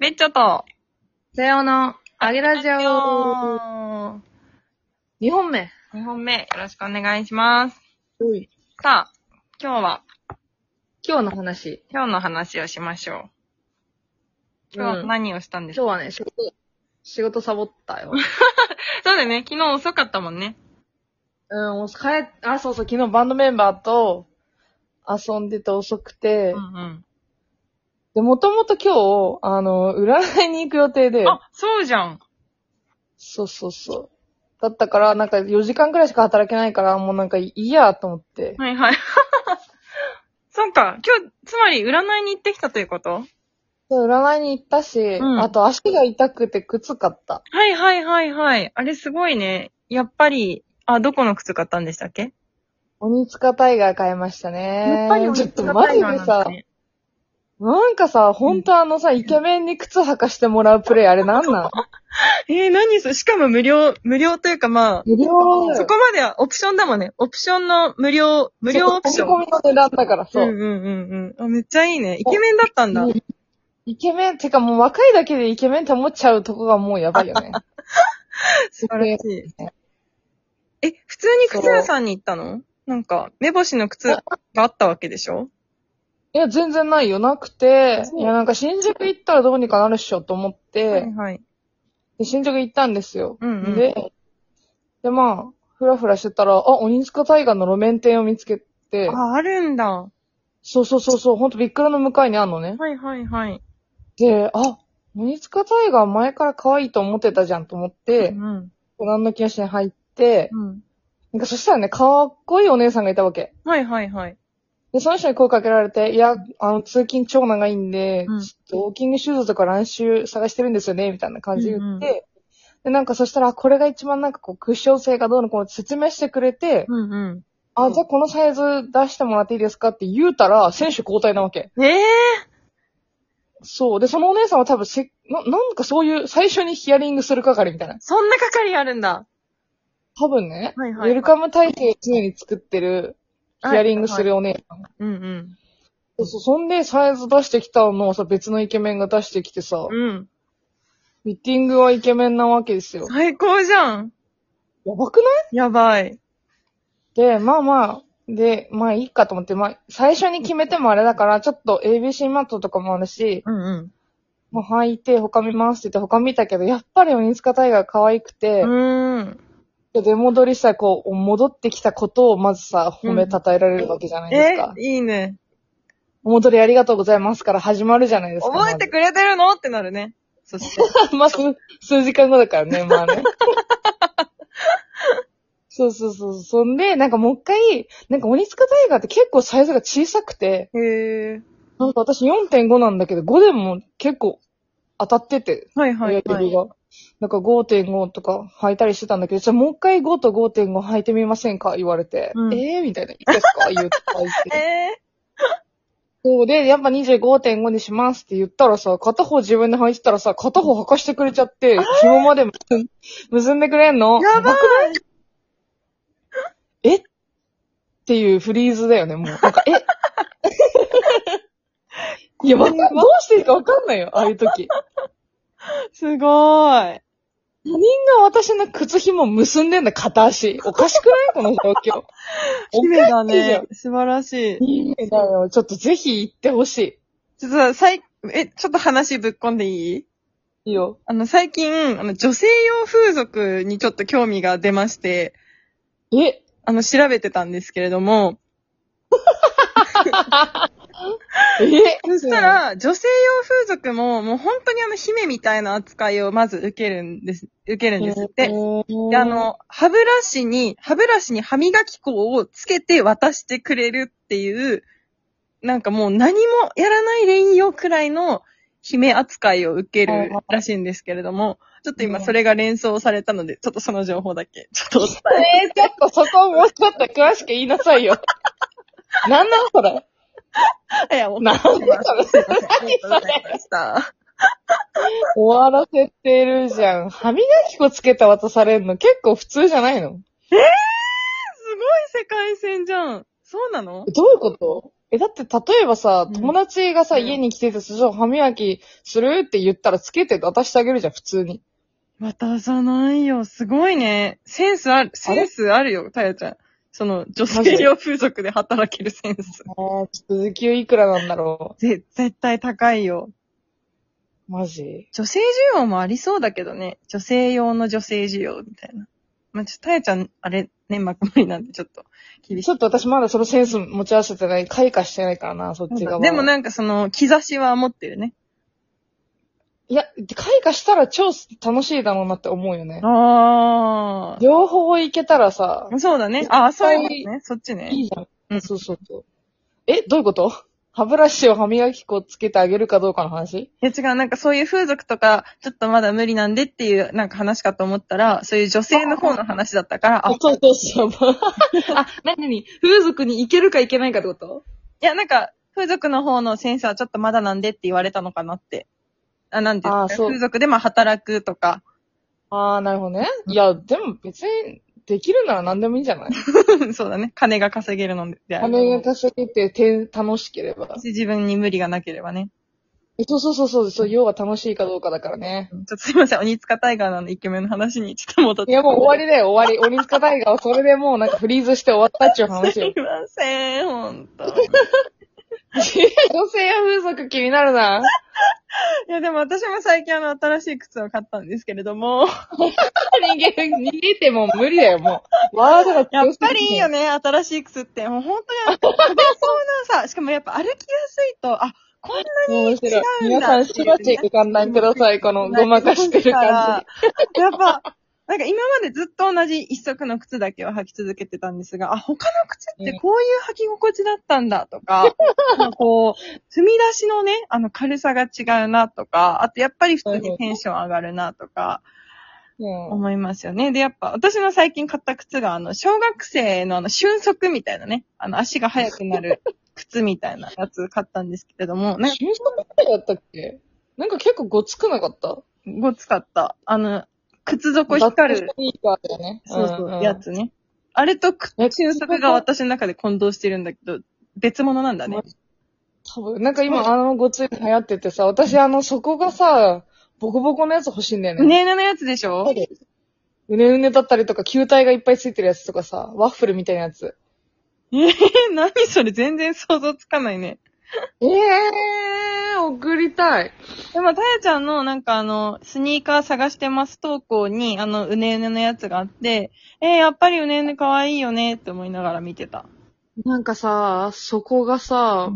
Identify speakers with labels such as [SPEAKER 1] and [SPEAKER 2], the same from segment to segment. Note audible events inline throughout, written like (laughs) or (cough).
[SPEAKER 1] ベッチョと、
[SPEAKER 2] さようなら、あげラジオ。
[SPEAKER 1] 2
[SPEAKER 2] 2本目。
[SPEAKER 1] 本目、よろしくお願いします。さあ、今日は、
[SPEAKER 2] 今日の話。
[SPEAKER 1] 今日の話をしましょう。今日は
[SPEAKER 2] うん
[SPEAKER 1] 何をしたんです
[SPEAKER 2] 今日
[SPEAKER 1] か、
[SPEAKER 2] はね、仕事、仕事サボったよ。
[SPEAKER 1] そうだよね、昨日遅かったもんね。
[SPEAKER 2] うん、もう帰っ、あ、そうそう、昨日バンドメンバーと遊んでて遅くて、
[SPEAKER 1] うんうん。
[SPEAKER 2] で、もともと今日、あの、占いに行く予定で、
[SPEAKER 1] あ、そうじゃん。
[SPEAKER 2] そうそうそう。だったから、なんか4時間くらいしか働けないから、もうなんかいいやと思って。
[SPEAKER 1] はいはい。 (laughs) そっか、今日、つまり占いに行ってきたということ
[SPEAKER 2] そう占いに行ったし、
[SPEAKER 1] うん
[SPEAKER 2] あと足が痛くて靴買った。
[SPEAKER 1] はいはいはいはい。あれすごいね。やっぱり、あ、どこの靴買ったんでしたっけ、
[SPEAKER 2] 鬼塚タイガー買いました
[SPEAKER 1] や
[SPEAKER 2] ね。
[SPEAKER 1] っぱり俺
[SPEAKER 2] ちょっとマジでさ、なんかさ、ほんとあのさ、イケメンに靴履かしてもらうプレイ、あれなんなん
[SPEAKER 1] えー、何それしかも無料、無料というかまあ、
[SPEAKER 2] 無料
[SPEAKER 1] そこまではオプションだもんね。オプションの無料、無料オプショ
[SPEAKER 2] 込
[SPEAKER 1] ン。
[SPEAKER 2] みの値段だから、そう
[SPEAKER 1] ん
[SPEAKER 2] う。
[SPEAKER 1] うんうんうん。あ、めっちゃいいね。イケメンだったんだ。
[SPEAKER 2] イケメン、てかもう若いだけでイケメン保っちゃうとこがもうやばいよね。
[SPEAKER 1] 素晴らしい。え、普通に靴屋さんに行ったのなんか、目星の靴があったわけでしょ
[SPEAKER 2] (laughs) いや、全然ないよ。なくて
[SPEAKER 1] そ、う
[SPEAKER 2] いや、なんか新宿行ったらどうにかなるっしょと思って、
[SPEAKER 1] はいはい。
[SPEAKER 2] で新宿行ったんですよ。
[SPEAKER 1] うんうん
[SPEAKER 2] で、で、まあ、ふらふらしてたら、あ、鬼塚大河の路面店を見つけて、
[SPEAKER 1] あ、あるんだ。は
[SPEAKER 2] そうそうそうそう、ほんとビックラの向かいにあんのね。
[SPEAKER 1] いはいはい。
[SPEAKER 2] で、あ、鬼塚タイガー前から可愛いと思ってたじゃんと思って、
[SPEAKER 1] うん。
[SPEAKER 2] 何の気なしに入って、
[SPEAKER 1] うん。
[SPEAKER 2] なんかそしたらね、かっこいいお姉さんがいたわけ。
[SPEAKER 1] はいはいはい。
[SPEAKER 2] で、その人に声かけられて、いや、あの、通勤超長いんで、
[SPEAKER 1] うん
[SPEAKER 2] ちょっとウォーキングシューズとか乱臭探してるんですよね、みたいな感じで言って、で、なんかそしたら、これが一番なんかこう、クッション性がどうのこうのって説明してくれて、
[SPEAKER 1] うんう
[SPEAKER 2] あ、じゃあこのサイズ出してもらっていいですかって言うたら、選手交代なわけ。
[SPEAKER 1] ん。ええ
[SPEAKER 2] そう。で、そのお姉さんは多分せ、な、なんかそういう、最初にヒアリングする係みたいな。
[SPEAKER 1] そんな係あるんだ。
[SPEAKER 2] 多分ね、
[SPEAKER 1] はいはいはい
[SPEAKER 2] ウェルカム体制を常に作ってる、ヒアリングするお姉さん。
[SPEAKER 1] うんうん。
[SPEAKER 2] そうそう、そんでサイズ出してきたのをさ、別のイケメンが出してきてさ、
[SPEAKER 1] うん。
[SPEAKER 2] ミッティングはイケメンなわけですよ。
[SPEAKER 1] 最高じゃん。
[SPEAKER 2] やばくない
[SPEAKER 1] やばい。
[SPEAKER 2] で、まあまあ、で、まあいいかと思って、まあ、最初に決めてもあれだから、ちょっと ABC マットとかもあるし、
[SPEAKER 1] うんうん。
[SPEAKER 2] もう履いて、他見ますって言って、他見たけど、やっぱり鬼塚タイガー可愛くて、
[SPEAKER 1] うーん。
[SPEAKER 2] 出戻りした、こう、戻ってきたことをまずさ、褒めたたえられるわけじゃないですか。
[SPEAKER 1] え、いいね。
[SPEAKER 2] お戻りありがとうございますから始まるじゃないですか。
[SPEAKER 1] 覚えてくれてるのってなるね。そして。
[SPEAKER 2] まずまあ、数、数時間後だからね、まあね。そうそうそう。そんで、なんかもう一回、なんか鬼塚タイガーって結構サイズが小さくて、
[SPEAKER 1] (laughs) へえ。
[SPEAKER 2] なんか私4.5なんだけど、5でも結構当たってて、
[SPEAKER 1] はいはい
[SPEAKER 2] 親
[SPEAKER 1] は
[SPEAKER 2] 指
[SPEAKER 1] い。
[SPEAKER 2] が。なんか5.5とか履いたりしてたんだけど、じゃあもう一回5と5.5履いてみませんか言われて。
[SPEAKER 1] うん
[SPEAKER 2] ええー、みたいな。いいですか言うて履い
[SPEAKER 1] (laughs)
[SPEAKER 2] て。
[SPEAKER 1] え
[SPEAKER 2] そうで、やっぱ25.5にしますって言ったらさ、片方自分で履いてたらさ、片方履かしてくれちゃって、紐まで結ん結んでくれんの
[SPEAKER 1] ー、やばい
[SPEAKER 2] っていうフリーズだよね、もう。なんか、
[SPEAKER 1] (laughs)
[SPEAKER 2] えいや、わかんどうしていいかわかんないよ、ああいう時。
[SPEAKER 1] すごーい。
[SPEAKER 2] 他人が私の靴紐結んでんだ、片足。おかしくないこの状況。
[SPEAKER 1] (laughs) 姫だ
[SPEAKER 2] おかしいじゃ
[SPEAKER 1] ね
[SPEAKER 2] ん。
[SPEAKER 1] 素晴らしい。
[SPEAKER 2] 姫だよ。ちょっとぜひ行ってほし
[SPEAKER 1] ちょっとさ、最、え、ちょっと話ぶっこんでいい
[SPEAKER 2] い。いいよ。
[SPEAKER 1] あの、最近、あの、女性用風俗にちょっと興味が出まして、
[SPEAKER 2] え
[SPEAKER 1] あの、調べてたんですけれども、
[SPEAKER 2] え
[SPEAKER 1] そした、ら、女性用風俗も、もう本当にあの、姫みたいな扱いをまず受けるんです、受けるんですって。で、あ、の、歯ブラシに、歯ブラシに歯磨き粉をつけて渡してくれるっていう、なんかもう何もやらないでいいよくらいの姫扱いを受けるらしいんですけれども、ちょっと今それが連想されたので、ちょっとその情報だけ、ちょっとお伝え。
[SPEAKER 2] えー、ちょっとそこもうちょっと詳しく言いなさ (laughs) いよ。なんなんそれ。
[SPEAKER 1] いや、もう
[SPEAKER 2] なん
[SPEAKER 1] すいません
[SPEAKER 2] だ
[SPEAKER 1] すいませんありがとうございました。
[SPEAKER 2] 終わらせてるじゃん。歯磨き粉つけて渡されるの結構普通じゃないの
[SPEAKER 1] 世界線じゃん。そうなの
[SPEAKER 2] どういうことえ、だって例えばさ
[SPEAKER 1] う、ん
[SPEAKER 2] 友達がさ、
[SPEAKER 1] うん
[SPEAKER 2] 家に来てて、その歯磨きするって言ったらつけて渡してあげるじゃん、普通に。
[SPEAKER 1] 渡さないよ。すごいね。センスある、センスあるよ、たやちゃん。その、女性用風俗で働けるセンス。
[SPEAKER 2] あー、ちょっと時給いくらなんだろ
[SPEAKER 1] ぜ、絶対高いよ。
[SPEAKER 2] う。マジ。
[SPEAKER 1] 女性需要もありそうだけどね。女性用の女性需要みたいな。まあ、ちょっと、たやちゃん、あれ、粘膜無理なんで、ちょっと、厳し
[SPEAKER 2] ちょっと私まだそのセンス持ち合わせてない、開花してないからな、そっ
[SPEAKER 1] い。
[SPEAKER 2] ち側は。
[SPEAKER 1] でもなんかその、兆しは持ってるね。
[SPEAKER 2] いや、開花したら超楽しいだろうなって思うよね。
[SPEAKER 1] あ
[SPEAKER 2] 両方いけたらさ、
[SPEAKER 1] あ。そうだね。ああ、そういうことね。そっちね。
[SPEAKER 2] いいじゃん。
[SPEAKER 1] うん
[SPEAKER 2] そうそうそう。え、どういうこと歯ブラシを歯磨き粉つけてあげるかどうかの話
[SPEAKER 1] いや違う、なんかそういう風俗とか、ちょっとまだ無理なんでっていう、なんか話かと思ったら、そういう女性の方の話だったから、あ、い
[SPEAKER 2] そうそうそ
[SPEAKER 1] (laughs)
[SPEAKER 2] う。(laughs) あ、なになに風俗に行けるか行けないかってこと
[SPEAKER 1] や、なんか、風俗の方の先生はちょっとまだなんでって言われたのかなって。あ、なんていうんですか
[SPEAKER 2] あそう
[SPEAKER 1] 風俗でまあ働くとか。 (laughs)
[SPEAKER 2] あー、なるほどね。いや、でも別に、できるなら何でもいいんじゃない
[SPEAKER 1] そうだね。金が稼げるのであれば
[SPEAKER 2] 金が稼げて、て、楽しければ。
[SPEAKER 1] 自分に無理がなければね。
[SPEAKER 2] えそうそうそうそう、そう、要は楽しいかどうかだからね。
[SPEAKER 1] ちょっとすいません、鬼塚タイガーなんでイケメンの話にちょっと戻っ
[SPEAKER 2] い
[SPEAKER 1] て。
[SPEAKER 2] や、もう終わりだよ、終わり。鬼塚大河はそれでもうなんかフリーズして終わったっちゅう
[SPEAKER 1] (laughs)
[SPEAKER 2] 話
[SPEAKER 1] す
[SPEAKER 2] よ
[SPEAKER 1] い。ません、ほんとに。
[SPEAKER 2] 女性や風俗気になるな。
[SPEAKER 1] いや、でも私も最近あの、新しい靴を買ったんですけれども。
[SPEAKER 2] 逃げ、逃げても無理だよ、もう。ワードが
[SPEAKER 1] やっ
[SPEAKER 2] 強すぎ
[SPEAKER 1] ぱりいいよね、新しい靴って。もう本当に、食べそうなさ、しかもやっぱ歩きやすいと、あ、こんな
[SPEAKER 2] 面白い。
[SPEAKER 1] 違うん
[SPEAKER 2] 皆
[SPEAKER 1] だ
[SPEAKER 2] さ
[SPEAKER 1] っ
[SPEAKER 2] ん、
[SPEAKER 1] て
[SPEAKER 2] しばちご観覧ください、このごまかしてる感じ。
[SPEAKER 1] じ。やっぱ、なんか今までずっと同じ一足の靴だけを履き続けてたんですが、あ、他の靴ってこういう履き心地だったんだとか、なんかこう、踏み出しのね、あの軽さが違うなとか、あとやっぱり普通にテンション上がるなとか、
[SPEAKER 2] うん
[SPEAKER 1] 思いますよね。で、やっぱ、私の最近買った靴が、あの、小学生のあの、瞬足みたいなね、あの、足が速くな (laughs) る靴みたいなやつ買ったんですけれども、ね、
[SPEAKER 2] 中卒くらいだったっけなんか結構ごつくなかった
[SPEAKER 1] ごつかった。あの、靴底光る、
[SPEAKER 2] いいかだよね。
[SPEAKER 1] そうそう、
[SPEAKER 2] んん
[SPEAKER 1] や。つね。あれと靴、
[SPEAKER 2] え
[SPEAKER 1] 瞬足が私の中で混同してるんだけど、別物なんだね。
[SPEAKER 2] 多分、なんか今あのごついの流行っててさ、私あの、そこがさ、ボコボコのやつ欲しいんだよ
[SPEAKER 1] うねう
[SPEAKER 2] ね。
[SPEAKER 1] ねのやつでしょ
[SPEAKER 2] うねうねだったりとか、球体がいっぱいついてるやつとかさ、ワッフルみたいなやつ。
[SPEAKER 1] えー、何それ全然想像つかないね。
[SPEAKER 2] ええー、送りたい。
[SPEAKER 1] でも、たやちゃんの、なんかあの、スニーカー探してます投稿に、あの、うねうねのやつがあって、えー、やっぱりうねうね可愛いよねって思いながら見てた。
[SPEAKER 2] なんかさ、そこがさ、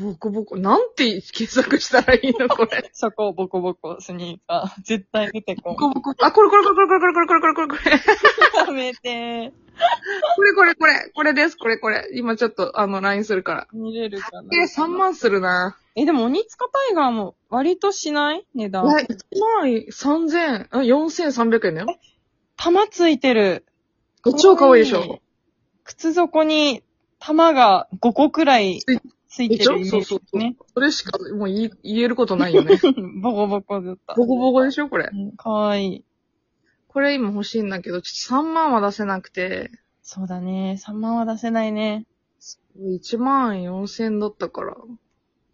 [SPEAKER 2] ボコボコ、なんて検索したらいいのこれ。
[SPEAKER 1] そこ、ボコボコ、スニーカー。絶対見てこ
[SPEAKER 2] ボコボコ。あ、これこれこれこれこれこれこれこれこれこれ。
[SPEAKER 1] ん。やめて。
[SPEAKER 2] これこれこれ。これです。これこれ。今ちょっと、あの、LINE するから。
[SPEAKER 1] 見れるかな。
[SPEAKER 2] え、3万するな。
[SPEAKER 1] え、でも、鬼塚タイガーも、割としない値
[SPEAKER 2] え、
[SPEAKER 1] 段。
[SPEAKER 2] 1万3000、あ4300円だよ。
[SPEAKER 1] 玉ついてる。
[SPEAKER 2] これ超可愛いでしょ。
[SPEAKER 1] 靴底に、玉が5個くらい
[SPEAKER 2] つい、
[SPEAKER 1] つい
[SPEAKER 2] で
[SPEAKER 1] て
[SPEAKER 2] し
[SPEAKER 1] るイ
[SPEAKER 2] ょ
[SPEAKER 1] メ
[SPEAKER 2] そ
[SPEAKER 1] ー
[SPEAKER 2] うそう
[SPEAKER 1] ジ
[SPEAKER 2] そう
[SPEAKER 1] ね。。
[SPEAKER 2] それしか、もう言い言えることないよね。
[SPEAKER 1] (laughs) ボコボコだった。
[SPEAKER 2] ボコボコでしょこれ
[SPEAKER 1] う。んかわいい。
[SPEAKER 2] これ今欲しいんだけど、ちょっと3万は出せなくて、
[SPEAKER 1] そうだね。3万は出せないね。
[SPEAKER 2] 1万4000だったから。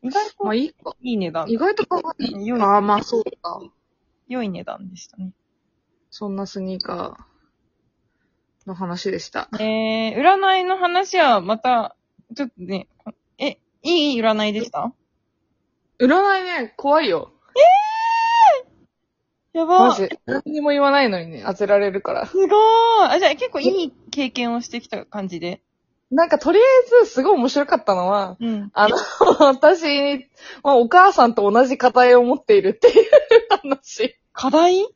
[SPEAKER 1] 意外と
[SPEAKER 2] まあいいか。
[SPEAKER 1] いい値段。
[SPEAKER 2] 意外と可愛い。
[SPEAKER 1] 良い
[SPEAKER 2] ああ、まあそうか。
[SPEAKER 1] 良い値段でしたね。
[SPEAKER 2] そんなスニーカーの話でした。
[SPEAKER 1] えー、占いの話はまた、ちょっとね、え、いい占いでした
[SPEAKER 2] 占いね、怖いよ。
[SPEAKER 1] やば
[SPEAKER 2] マジ。何にも言わないのにね、当てられるから。
[SPEAKER 1] すごーいあ、じゃあ結構いい経験をしてきた感じで。
[SPEAKER 2] なんかとりあえず、すごい面白かったのは、
[SPEAKER 1] うん。
[SPEAKER 2] あの、 (laughs) 私、まあ、お母さんと同じ課題を持っているっていう話。
[SPEAKER 1] 課題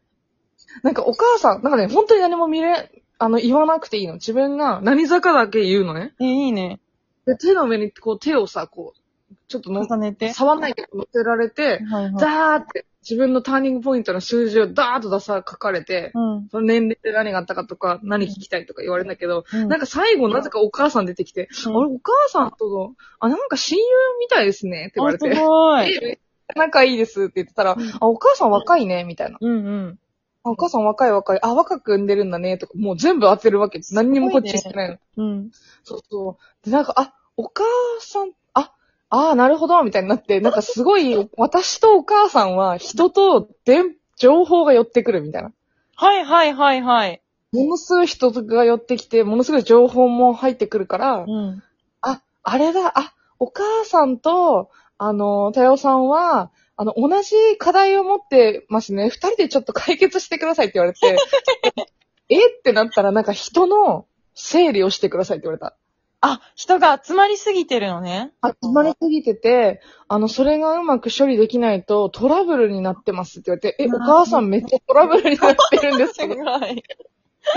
[SPEAKER 2] なんかお母さん、なんかね、本当に何も見れ、あの、言わなくていいの。自分が何座かだけ言うのね。
[SPEAKER 1] え、いいね。
[SPEAKER 2] で、手の上に、こう、手をさ、こう、ちょっとの
[SPEAKER 1] 重ねて。
[SPEAKER 2] 触んないけど乗せられて、
[SPEAKER 1] はいはい。
[SPEAKER 2] ダーって、自分のターニングポイントの数字をダーッと出さ、書かれて、
[SPEAKER 1] うん。
[SPEAKER 2] その年齢で何があったかとか、何聞きたいとか言われるんだけど、
[SPEAKER 1] うん
[SPEAKER 2] なんか最後なぜかお母さん出てきて、
[SPEAKER 1] う
[SPEAKER 2] あ
[SPEAKER 1] ん
[SPEAKER 2] れお母さんとの、あ、なんか親友みたいですねって言われ
[SPEAKER 1] あ、す
[SPEAKER 2] て、
[SPEAKER 1] ごい。
[SPEAKER 2] え仲いいですって言ってたら、あ、お母さん若いねみたいな。
[SPEAKER 1] (laughs) うんうん。
[SPEAKER 2] あお母さん若い若い。あ、若く産んでるんだねとか、もう全部当てるわけ。何にもこっちしてないの。
[SPEAKER 1] うん。
[SPEAKER 2] そうそう。で、なんか、あ、お母さん、あ、ああ、なるほど、みたいになって、なんかすごい、私とお母さんは人とで情報が寄ってくるみたいな。
[SPEAKER 1] はいはいはいはい。
[SPEAKER 2] ものすごい人が寄ってきて、ものすごい情報も入ってくるから、
[SPEAKER 1] うん。
[SPEAKER 2] あ、あれだ、あ、お母さんと、あの、太陽さんは、あの、同じ課題を持ってますね。二人でちょっと解決してくださいって言われて、 (laughs) えってなったら、なんか人の整理をしてくださいって言われた。
[SPEAKER 1] あ、人が集まりすぎてるのね。
[SPEAKER 2] 集まりすぎてて、あの、それがうまく処理できないとトラブルになってますって言われて、え、お母さんめっちゃトラブルになってるんです
[SPEAKER 1] す
[SPEAKER 2] け
[SPEAKER 1] ご
[SPEAKER 2] どっ
[SPEAKER 1] い。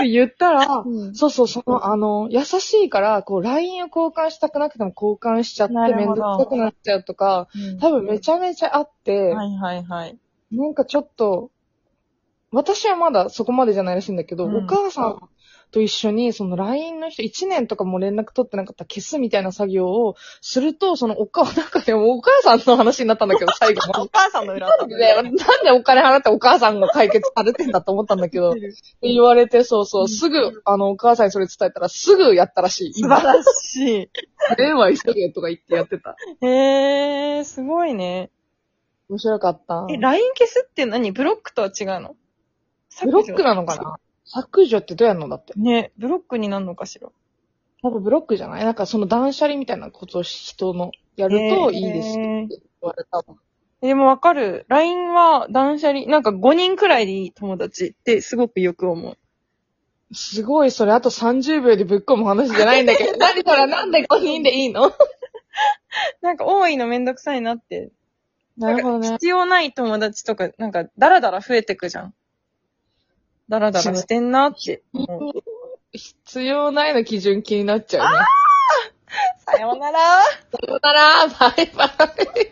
[SPEAKER 2] て言ったら、
[SPEAKER 1] うん
[SPEAKER 2] そうそう、その、あの、優しいから、こう、LINE を交換したくなくても交換しちゃって
[SPEAKER 1] なる
[SPEAKER 2] めんど
[SPEAKER 1] ほ
[SPEAKER 2] く
[SPEAKER 1] ど
[SPEAKER 2] さくなっちゃうとか、多分めちゃめちゃあって、
[SPEAKER 1] はいはいはい。
[SPEAKER 2] なんかちょっと、私はまだそこまでじゃないらしいんだけど、
[SPEAKER 1] うん
[SPEAKER 2] お母さんと一緒に、その LINE の人、1年とかも連絡取ってなかったら消すみたいな作業をすると、そのお母、なんかでもお母さんの話になったんだ
[SPEAKER 1] (laughs)
[SPEAKER 2] けど、最後ま
[SPEAKER 1] お母さんの裏だ
[SPEAKER 2] で。でなんでお金払ってお母さんが解決されてんだと思ったんだけど、言われて、そうそう、すぐ、あの、お母さんにそれ伝えたら、すぐやったらしい。
[SPEAKER 1] 素晴
[SPEAKER 2] 今、
[SPEAKER 1] らし
[SPEAKER 2] 電話急げとか言ってやってた。 (laughs)
[SPEAKER 1] い。へー、すごいね。
[SPEAKER 2] 面白かった。
[SPEAKER 1] え、LINE 消すって何ブロックとは違うの
[SPEAKER 2] ブロックなのかな削除ってどうやるのだって。
[SPEAKER 1] ね、ブロックになるのかしら。
[SPEAKER 2] なんかブロックじゃないなんかその断捨離みたいなことを人のやるといいですって
[SPEAKER 1] えー
[SPEAKER 2] 言われたわ。
[SPEAKER 1] でもわかる。LINE は断捨離、なんか5人くらいでいい友達ってすごくよく思う。
[SPEAKER 2] すごい、それあと30秒でぶっ込む話じゃないんだけ (laughs) ど、何それなんで5人でいいの
[SPEAKER 1] なんか多いのめんどくさいなって。
[SPEAKER 2] なるほどね。
[SPEAKER 1] 必要ない友達とか、なんかダラダラ増えてくじゃん。ダラダラしてんな
[SPEAKER 2] (laughs)
[SPEAKER 1] って思う。
[SPEAKER 2] (laughs) 必要ないの基準気になっちゃうね。
[SPEAKER 1] さようなら。
[SPEAKER 2] さようなら、バイバイ。